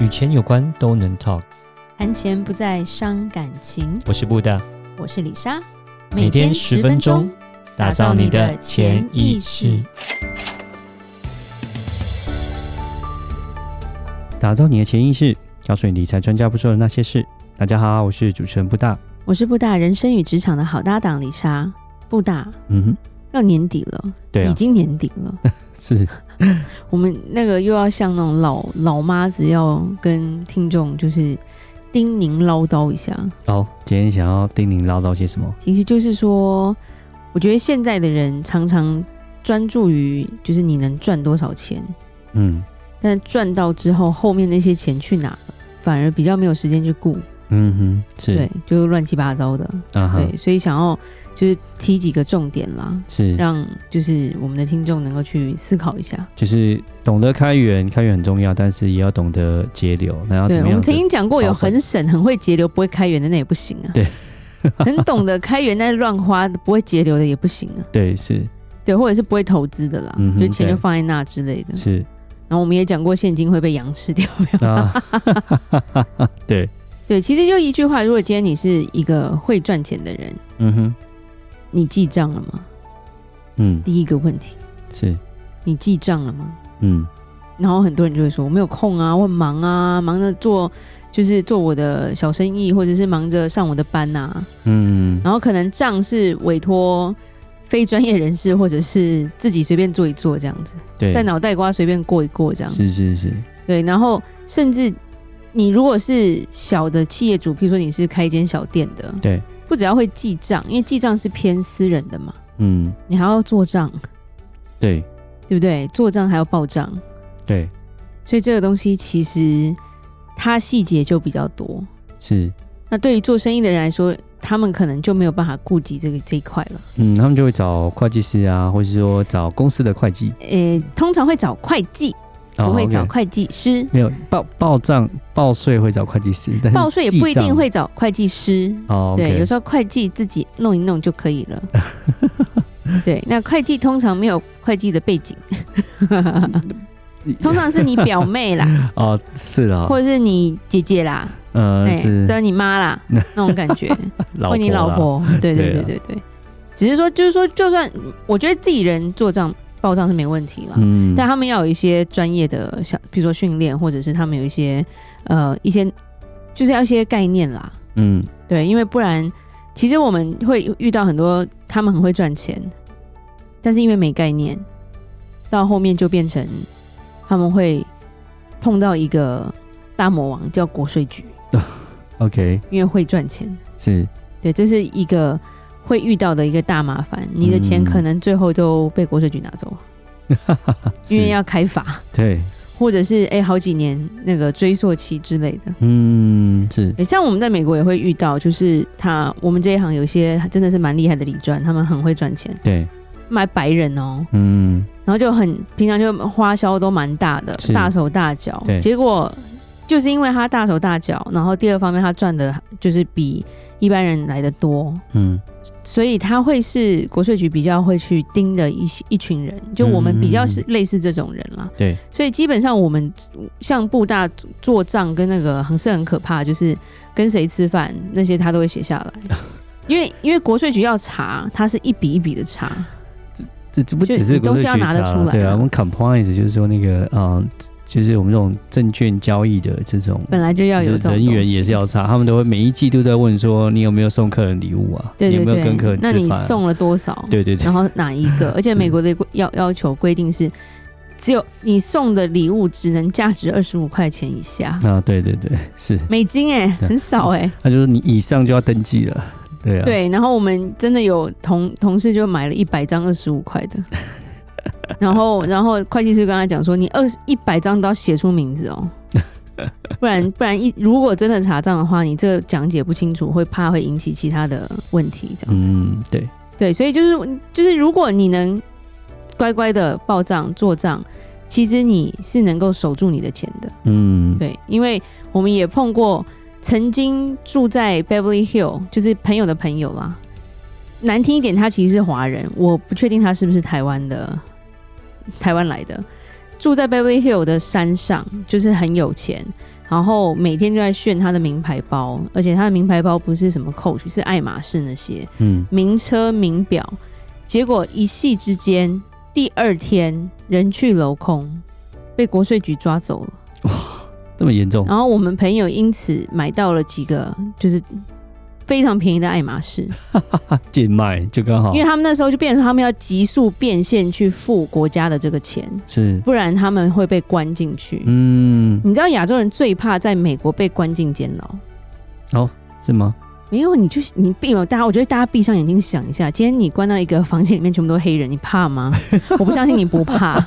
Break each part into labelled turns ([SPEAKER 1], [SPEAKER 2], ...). [SPEAKER 1] 与钱有关都能 talk。
[SPEAKER 2] 谈钱不再伤感情。
[SPEAKER 1] 我是布大，
[SPEAKER 2] 我是李莎，
[SPEAKER 1] 每天十分钟，打造你的潜意识，打造你的潜意识，告诉你理财专家不说的那些事。大家好，我是主持人布大。
[SPEAKER 2] 我是布大人生与职场的好搭档李莎。布大
[SPEAKER 1] 嗯哼，
[SPEAKER 2] 要年底了，
[SPEAKER 1] 对
[SPEAKER 2] 已
[SPEAKER 1] 啊，
[SPEAKER 2] 经年底 了，
[SPEAKER 1] 是
[SPEAKER 2] 我们那个又要像那种老老妈子，要跟听众就是叮咛唠叨一下。
[SPEAKER 1] 哦。今天想要叮咛唠叨些什么？
[SPEAKER 2] 其实就是说，我觉得现在的人常常专注于就是你能赚多少钱，
[SPEAKER 1] 嗯
[SPEAKER 2] 但赚到之后，后面那些钱去哪了，反而比较没有时间去顾，
[SPEAKER 1] 嗯哼，是
[SPEAKER 2] 对，就乱七八糟的。
[SPEAKER 1] 啊哈，嗯
[SPEAKER 2] 对，所以想要就是提几个重点啦，
[SPEAKER 1] 是
[SPEAKER 2] 让就是我们的听众能够去思考一下。
[SPEAKER 1] 就是懂得开源，开源很重要，但是也要懂得节流。那啊要怎
[SPEAKER 2] 对，
[SPEAKER 1] 么
[SPEAKER 2] 我
[SPEAKER 1] 样
[SPEAKER 2] 们
[SPEAKER 1] 子？
[SPEAKER 2] 曾经讲过，有很省、很会节流、不会开源的那也不行啊。
[SPEAKER 1] 对，
[SPEAKER 2] 很懂得开源但是乱花、不会节流的也不行啊。
[SPEAKER 1] 对，是
[SPEAKER 2] 对，或者是不会投资的啦，
[SPEAKER 1] 嗯哼
[SPEAKER 2] 就钱就
[SPEAKER 1] 对
[SPEAKER 2] 放在那之类的。
[SPEAKER 1] 是
[SPEAKER 2] 然后我们也讲过，现金会被羊吃掉。 没有
[SPEAKER 1] 啊， 对，
[SPEAKER 2] 对，其实就一句话，如果今天你是一个会赚钱的人，
[SPEAKER 1] 嗯哼，
[SPEAKER 2] 你记账了吗？
[SPEAKER 1] 嗯，
[SPEAKER 2] 第一个问题，
[SPEAKER 1] 是，
[SPEAKER 2] 你记账了吗？
[SPEAKER 1] 嗯
[SPEAKER 2] 然后很多人就会说我没有空啊，我很忙啊，忙着做就是做我的小生意，或者是忙着上我的班呐、啊。
[SPEAKER 1] 嗯，
[SPEAKER 2] 然后可能账是委托非专业人士，或者是自己随便做一做这样子，
[SPEAKER 1] 对，
[SPEAKER 2] 在脑袋瓜随便过一过这样。
[SPEAKER 1] 是是是，
[SPEAKER 2] 对，然后甚至你如果是小的企业主，譬如说你是开一间小店的，
[SPEAKER 1] 对，
[SPEAKER 2] 不只要会记账，因为记账是偏私人的嘛，
[SPEAKER 1] 嗯，
[SPEAKER 2] 你还要做账，
[SPEAKER 1] 对
[SPEAKER 2] 对不对？做账还要报账，
[SPEAKER 1] 对
[SPEAKER 2] 所以这个东西其实它细节就比较多。
[SPEAKER 1] 是，
[SPEAKER 2] 那对于做生意的人来说，他们可能就没有办法顾及这个这一块了。
[SPEAKER 1] 嗯，他们就会找会计师啊，或是说找公司的会计，
[SPEAKER 2] 呃，通常会找会计，
[SPEAKER 1] 哦
[SPEAKER 2] 不会找
[SPEAKER 1] OK
[SPEAKER 2] 会计 师。
[SPEAKER 1] 没有报报账报税会找会计师，但是
[SPEAKER 2] 报税也不
[SPEAKER 1] 记
[SPEAKER 2] 一
[SPEAKER 1] 账
[SPEAKER 2] 定会找会计师。
[SPEAKER 1] 哦，
[SPEAKER 2] 对，有时
[SPEAKER 1] 候
[SPEAKER 2] 候会计自己弄一弄就可以了。 对，那会计通常没有会计的 背景，通常是你表妹 啦，
[SPEAKER 1] 哦是啦，
[SPEAKER 2] 或者是你姐姐啦，
[SPEAKER 1] 呃
[SPEAKER 2] 哎、
[SPEAKER 1] 是
[SPEAKER 2] 这你 妈啦，那种感觉。
[SPEAKER 1] 老
[SPEAKER 2] 或你
[SPEAKER 1] 婆
[SPEAKER 2] 老
[SPEAKER 1] 啦，
[SPEAKER 2] 婆，对对
[SPEAKER 1] 对
[SPEAKER 2] 对
[SPEAKER 1] 啊
[SPEAKER 2] 对对，只是说就是说，就算我觉得自己人做账报账是没问题啦，
[SPEAKER 1] 嗯，
[SPEAKER 2] 但他们要有一些专业的，像比如说训练，或者是他们有一些呃一些就是要一些概念啦，
[SPEAKER 1] 嗯
[SPEAKER 2] 对，因为不然其实我们会遇到很多他们很会赚钱，但是因为没概念，到后面就变成他们会碰到一个大魔王叫国税局，
[SPEAKER 1] OK
[SPEAKER 2] 因为会赚钱。
[SPEAKER 1] 是
[SPEAKER 2] 对，这是一个会遇到的一个大麻烦，你的钱
[SPEAKER 1] 嗯
[SPEAKER 2] 可能最后都被国税局拿走，因为
[SPEAKER 1] 是
[SPEAKER 2] 要开罚，
[SPEAKER 1] 对
[SPEAKER 2] 或者是哎、好几年那个追溯期之类的。
[SPEAKER 1] 嗯是
[SPEAKER 2] 哎，像我们在美国也会遇到，就是他我们这一行有些真的是蛮厉害的理专，他们很会赚钱，
[SPEAKER 1] 对
[SPEAKER 2] 买白人哦，
[SPEAKER 1] 嗯
[SPEAKER 2] 然后就很平常就花销都蛮大的
[SPEAKER 1] 是，
[SPEAKER 2] 大手大脚
[SPEAKER 1] 对，
[SPEAKER 2] 结果就是因为他大手大脚，然后第二方面他赚的就是比一般人来的多，
[SPEAKER 1] 嗯
[SPEAKER 2] 所以他会是国税局比较会去盯的一些一群人，就我们比较是类似这种人啦。
[SPEAKER 1] 嗯对
[SPEAKER 2] 所以基本上我们像布大做账跟那个很是很可怕，就是跟谁吃饭那些他都会写下 来，因为因为国税局要查，他是一笔一笔的查，
[SPEAKER 1] 这这不
[SPEAKER 2] 就
[SPEAKER 1] 只
[SPEAKER 2] 你
[SPEAKER 1] 是国
[SPEAKER 2] 东
[SPEAKER 1] 税
[SPEAKER 2] 西要
[SPEAKER 1] 局
[SPEAKER 2] 拿得
[SPEAKER 1] 查
[SPEAKER 2] 出
[SPEAKER 1] 啦
[SPEAKER 2] 来
[SPEAKER 1] 对啊，
[SPEAKER 2] 啊
[SPEAKER 1] 我们 compliance 就是说那个啊、呃就是我们这种证券交易的这种
[SPEAKER 2] 本来就要有这种
[SPEAKER 1] 人
[SPEAKER 2] 东
[SPEAKER 1] 员
[SPEAKER 2] 西
[SPEAKER 1] 也是。要查，他们都会每一季度都在问说你有没有送客人礼物啊，
[SPEAKER 2] 对对
[SPEAKER 1] 你有没有跟客人，吃
[SPEAKER 2] 对那
[SPEAKER 1] 饭、啊
[SPEAKER 2] 你送了多少？
[SPEAKER 1] 对对对
[SPEAKER 2] 然后哪一个？而且
[SPEAKER 1] 是
[SPEAKER 2] 美国的规要要求规定是，只有你送的礼物只能价值二十五块钱以下，
[SPEAKER 1] 啊，对对对，是，
[SPEAKER 2] 美金哎、
[SPEAKER 1] 对啊
[SPEAKER 2] 很少哎、
[SPEAKER 1] 那就是你以上就要登记了，对啊，
[SPEAKER 2] 对，然后我们真的有同同事就买了一百张二十五块的， 然后然后会计师跟他讲说，你二一百张都要写出名 字哦，不然不然一如果真的查账的话，你这个讲解不清楚，会怕会引起其他的问题这样子。
[SPEAKER 1] 嗯，对，
[SPEAKER 2] 对，所以就是就是如果你能乖乖的报账做账，其实你是能够守住你的钱的。
[SPEAKER 1] 嗯，
[SPEAKER 2] 对，因为我们也碰过曾经住在 Beverly Hill，就是朋友的朋友啦。难听一点，他其实是华人，我不确定他是不是台湾的，台湾来的。住在 Beverly Hill 的山上，就是很有钱，然后每天就在炫他的名牌包，而且他的名牌包不是什么 Coach，是爱马仕那些
[SPEAKER 1] 嗯，
[SPEAKER 2] 名车名表。结果一夕之间，第二天人去楼空，被国税局抓走了。
[SPEAKER 1] 这么严重，
[SPEAKER 2] 然后我们朋友因此买到了几个就是非常便宜的爱马仕，
[SPEAKER 1] 贱卖就刚好
[SPEAKER 2] 因为他们那时候就变成他们要急速变现去付国家的这个钱，
[SPEAKER 1] 是，
[SPEAKER 2] 不然他们会被关进去。
[SPEAKER 1] 嗯，
[SPEAKER 2] 你知道亚洲人最怕在美国被关进监牢。
[SPEAKER 1] 是吗？
[SPEAKER 2] 没有，你就你闭大家，我觉得大家闭上眼睛想一下，今天你关到一个房间里面全部都黑人，你怕吗？我不相信你不怕。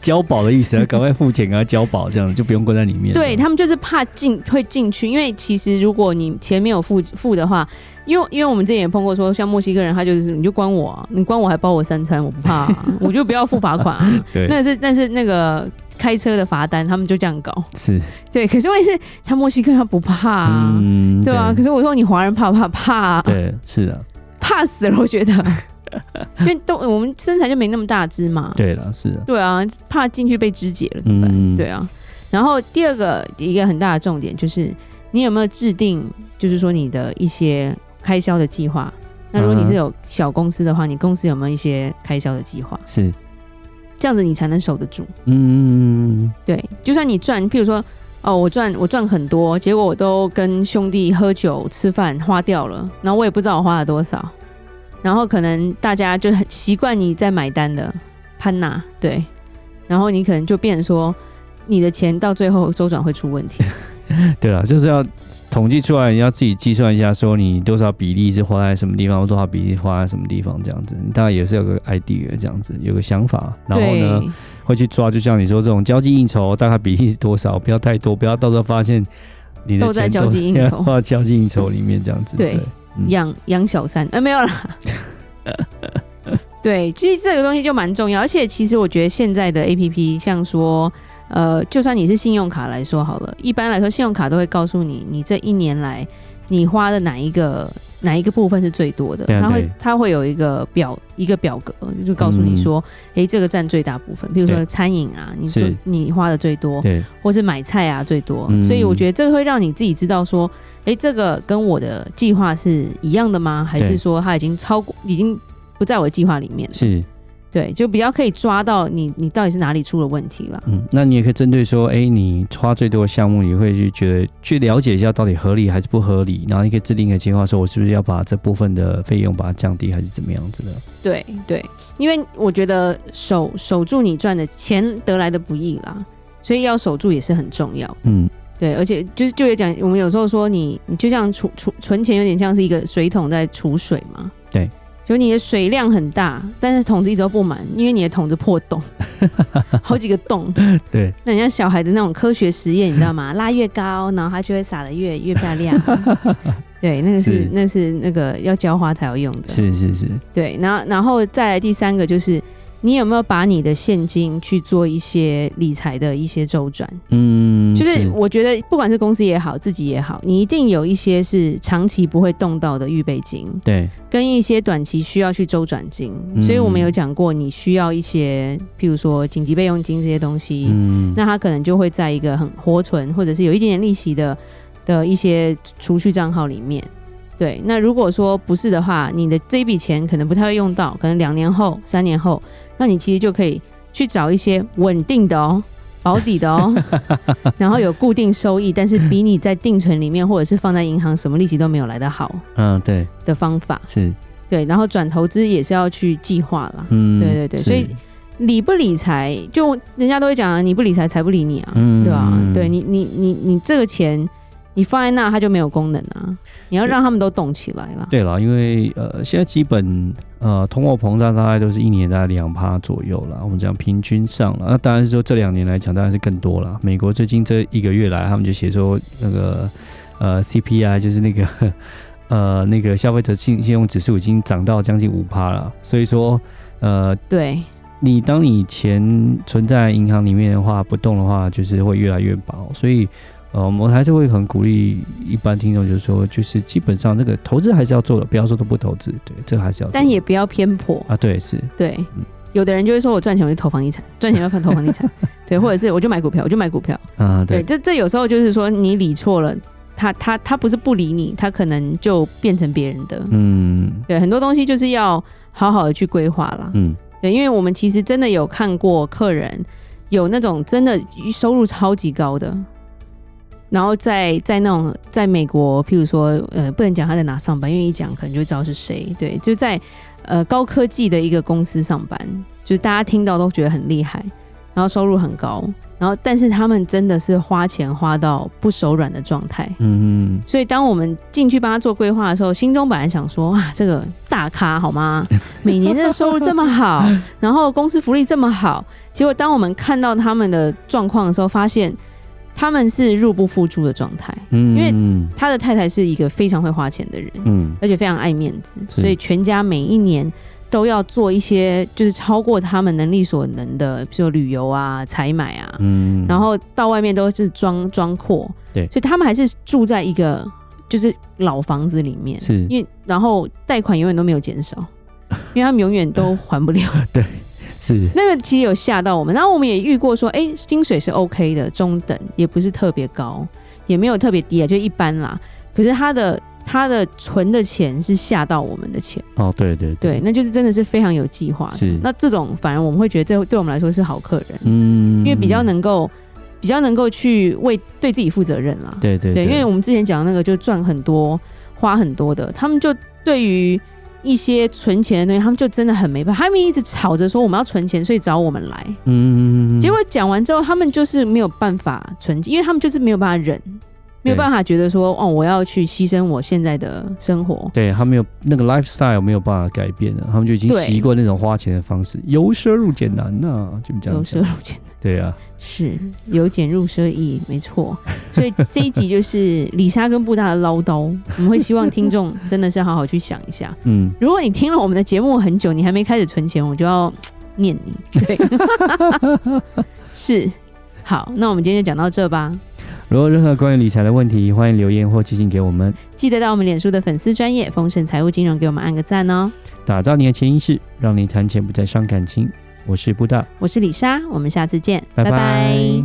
[SPEAKER 1] 交保的意思，啊赶快付钱，赶快交保，这样就不用关在里面。
[SPEAKER 2] 对他们就是怕进会进去，因为其实如果你钱没有付付的话，因为因为我们之前也碰过说，像墨西哥人他就是你就关我、啊，你关我还包我三餐，我不怕 啊、我就不要付罚款、啊。
[SPEAKER 1] 对，
[SPEAKER 2] 那是那是那个开车的罚单，他们就这样搞。
[SPEAKER 1] 是，
[SPEAKER 2] 对，可是问题是，他墨西哥人他不怕、啊，
[SPEAKER 1] 嗯
[SPEAKER 2] 对啊。可是我说你华人怕不怕怕、啊，
[SPEAKER 1] 对，是的，
[SPEAKER 2] 怕死了，我 觉得，因为都我们身材就没那么大只嘛。
[SPEAKER 1] 对了，是的，
[SPEAKER 2] 对啊，怕进去被肢解了，对不对？
[SPEAKER 1] 嗯，
[SPEAKER 2] 对，啊。然后第二个一个很大的重点就是，你有没有制定，就是说你的一些开销的计划？那如果你
[SPEAKER 1] 嗯
[SPEAKER 2] 是
[SPEAKER 1] 哼
[SPEAKER 2] 有小公司的话，你公司有没有一些开销的计划？
[SPEAKER 1] 是，
[SPEAKER 2] 这样子你才能守得住。
[SPEAKER 1] 嗯，
[SPEAKER 2] 对，就算你赚，譬如说，哦，我赚我赚很多，结果我都跟兄弟喝酒吃饭花掉了，然后我也不知道我花了多少，然后可能大家就很习惯你在买单的潘娜，对，然后你可能就变成说，你的钱到最后周转会出问题，
[SPEAKER 1] 对了，就是要统计出来，你要自己计算一下，说你多少比例是花在什么地方，多少比例花在什么地方，这样子，你大概也是有个 idea，这样子，有个想法， 然后呢
[SPEAKER 2] 对，，
[SPEAKER 1] 会去抓，就像你说这种交际应酬，大概比例是多少，不要太多，不要到时候发现你的
[SPEAKER 2] 都在
[SPEAKER 1] 钱
[SPEAKER 2] 交际应 酬
[SPEAKER 1] 花到交际应酬里面这样子，
[SPEAKER 2] 对
[SPEAKER 1] 嗯
[SPEAKER 2] 养养小三，呃，没有啦。 对，其实这个东西就蛮重要，而且其实我觉得现在的 A P P，像说，呃，就算你是信用卡来说好了，一般来说信用卡都会告诉你，你这一年来你花的哪一个哪一个部分是最多的，
[SPEAKER 1] 对啊
[SPEAKER 2] 它会
[SPEAKER 1] 对嗯
[SPEAKER 2] 它会有一个表一个表格，就告诉你说，诶，这个占最大部分，比如说
[SPEAKER 1] 对
[SPEAKER 2] 餐饮啊，你
[SPEAKER 1] 是
[SPEAKER 2] 最你花的最多，
[SPEAKER 1] 对
[SPEAKER 2] 或是买菜啊最多，
[SPEAKER 1] 嗯
[SPEAKER 2] 所以我觉得这会让你自己知道说，诶，这个跟我的计划是一样的吗？还是
[SPEAKER 1] 对
[SPEAKER 2] 说它已经超过，已经不在我的计划里面了？
[SPEAKER 1] 是，
[SPEAKER 2] 对，就比较可以抓到你你到底是哪里出了问题了。
[SPEAKER 1] 嗯，那你也可以针对说，哎、你花最多的项目，你会去觉得去了解一下到底合理还是不合理，然后你可以制定一个计划，说我是不是要把这部分的费用把它降低，还是怎么样子的？
[SPEAKER 2] 对对，因为我觉得守守住你赚的钱得来的不易啦，所以要守住也是很重要。
[SPEAKER 1] 嗯，
[SPEAKER 2] 对，而且就是就也讲，我们有时候说你，你就像储储存钱，有点像是一个水桶在储水嘛。
[SPEAKER 1] 对，
[SPEAKER 2] 就你的水量很大，但是桶子一直都不满，因为你的桶子破 洞，好几个洞。
[SPEAKER 1] 对，
[SPEAKER 2] 那人家小孩的那种科学实验，你知道吗？拉越高，然后它就会撒的越越漂亮。啊 对，那个是
[SPEAKER 1] 是
[SPEAKER 2] 那是那个要浇花才要用的。
[SPEAKER 1] 是是是，
[SPEAKER 2] 对，然后然后再来第三个就是，你有没有把你的现金去做一些理财的一些周转？
[SPEAKER 1] 嗯，
[SPEAKER 2] 就是我觉得，不管是公司也好，自己也好，你一定有一些是长期不会动到的预备金，
[SPEAKER 1] 对，
[SPEAKER 2] 跟一些短期需要去周转金。
[SPEAKER 1] 嗯
[SPEAKER 2] 所以我们有讲过，你需要一些，譬如说紧急备用金这些东西，
[SPEAKER 1] 嗯，
[SPEAKER 2] 那它可能就会在一个很活存，或者是有一点点利息的的一些储蓄账号里面。对，那如果说不是的话，你的这一笔钱可能不太会用到，可能两年后、三年后，那你其实就可以去找一些稳定的哦、保底的哦，然后有固定收益，但是比你在定存里面或者是放在银行什么利息都没有来得好
[SPEAKER 1] 嗯，对，
[SPEAKER 2] 的方法。
[SPEAKER 1] 是，
[SPEAKER 2] 对，然后转投资也是要去计划啦。
[SPEAKER 1] 嗯，
[SPEAKER 2] 对对对
[SPEAKER 1] 是
[SPEAKER 2] 所以理不理财，就人家都会讲、啊，你不理财，财不理你啊，
[SPEAKER 1] 嗯
[SPEAKER 2] 对啊，对你你你你这个钱，你放在那它就没有功能啊，你要让他们都动起来啦。
[SPEAKER 1] 对了，因为呃，现在基本呃，通货膨胀大概都是一年大概两趴左右啦，我们讲平均上了。那当然是说这两年来讲，当然是更多了。美国最近这一个月来，他们就写说那个呃 CPI 就是那个 呃那个消费者信信用指数已经涨到将近五趴了，所以说呃
[SPEAKER 2] 对
[SPEAKER 1] 你当你钱存在银行里面的话，不动的话，就是会越来越薄。所以，呃，我们还是会很鼓励一般听众，就是说，就是基本上这个投资还是要做的，不要说都不投资，对，这个还是要做的。
[SPEAKER 2] 但也不要偏颇，
[SPEAKER 1] 啊，对，是，
[SPEAKER 2] 对
[SPEAKER 1] 嗯，
[SPEAKER 2] 有的人就会说我赚钱我就投房地产，赚钱要投房地产，对，或者是我就买股票，我就买股票，
[SPEAKER 1] 啊，对，
[SPEAKER 2] 对，这这有时候就是说你理错了，他他他不是不理你，他可能就变成别人的。
[SPEAKER 1] 嗯
[SPEAKER 2] 对，很多东西就是要好好的去规划啦。
[SPEAKER 1] 嗯
[SPEAKER 2] 对，因为我们其实真的有看过客人有那种真的收入超级高的，然后在在那种在美国，譬如说呃，不能讲他在哪上班，因为一讲可能就知道是谁。对，就在呃高科技的一个公司上班，就是大家听到都觉得很厉害，然后收入很高，然后但是他们真的是花钱花到不手软的状态。
[SPEAKER 1] 嗯
[SPEAKER 2] 所以，当我们进去帮他做规划的时候，心中本来想说：哇，这个大咖 好吗？每年的收入这么好，然后公司福利这么好。结果，当我们看到他们的状况的时候，发现他们是入不敷出的状态。
[SPEAKER 1] 嗯，
[SPEAKER 2] 为
[SPEAKER 1] 嗯
[SPEAKER 2] 他的太太是一个非常会花钱的人，
[SPEAKER 1] 嗯
[SPEAKER 2] 而且非常爱面子，
[SPEAKER 1] 是
[SPEAKER 2] 所以全家每一年都要做一些就是超过他们能力所能的，比如说旅游啊、采买啊，
[SPEAKER 1] 嗯，
[SPEAKER 2] 然后到外面都是装装阔，
[SPEAKER 1] 对
[SPEAKER 2] 所以他们还是住在一个就是老房子里面，
[SPEAKER 1] 是
[SPEAKER 2] 因为然后贷款永远都没有减 少，因为他们永远都还不了。
[SPEAKER 1] 是
[SPEAKER 2] 那个其实有吓到我们，然后我们也遇过说，哎、薪水是 OK 的，中等，也不是特别高，也没有特别低啊，就一般啦。可是他的他的存的钱是吓到我们的钱，
[SPEAKER 1] 哦，对对
[SPEAKER 2] 对，，那就是真的是非常有计划的。
[SPEAKER 1] 是
[SPEAKER 2] 那这种反而我们会觉得这对我们来说是好客人，
[SPEAKER 1] 嗯，
[SPEAKER 2] 因为比较能够比较能够去为对自己负责任啦。
[SPEAKER 1] 对对
[SPEAKER 2] 对，因为我们之前讲的那个就赚很多、花很多的，他们就对于一些存钱的东西，他们就真的很没办法，他们一直吵着说我们要存钱，所以找我们来。
[SPEAKER 1] 嗯，
[SPEAKER 2] 结果讲完之后，他们就是没有办法存，因为他们就是没有办法忍，没有办法觉得说哦，我要去牺牲我现在的生活。
[SPEAKER 1] 对他没有那个 lifestyle 没有办法改变了，他们就已经
[SPEAKER 2] 对
[SPEAKER 1] 习惯那种花钱的方式，由奢入俭难呐、就这样
[SPEAKER 2] 有奢
[SPEAKER 1] 讲。
[SPEAKER 2] 入俭
[SPEAKER 1] 对啊，
[SPEAKER 2] 是由俭入奢易，没错。所以这一集就是李莎跟布大的唠叨，我们会希望听众真的是好好去想一下。
[SPEAKER 1] 嗯，
[SPEAKER 2] 如果你听了我们的节目很久，你还没开始存钱，我就要念你。对， 是。好，那我们今天就讲到这吧。
[SPEAKER 1] 如果有任何关于理财的问题，欢迎留言或寄信给我们。
[SPEAKER 2] 记得到我们脸书的粉丝专业丰盛财务金融给我们按个赞哦。
[SPEAKER 1] 打造你的潜意识，让你谈钱不再伤感情。我是布大，
[SPEAKER 2] 我是李莎，我们下次见，
[SPEAKER 1] 拜拜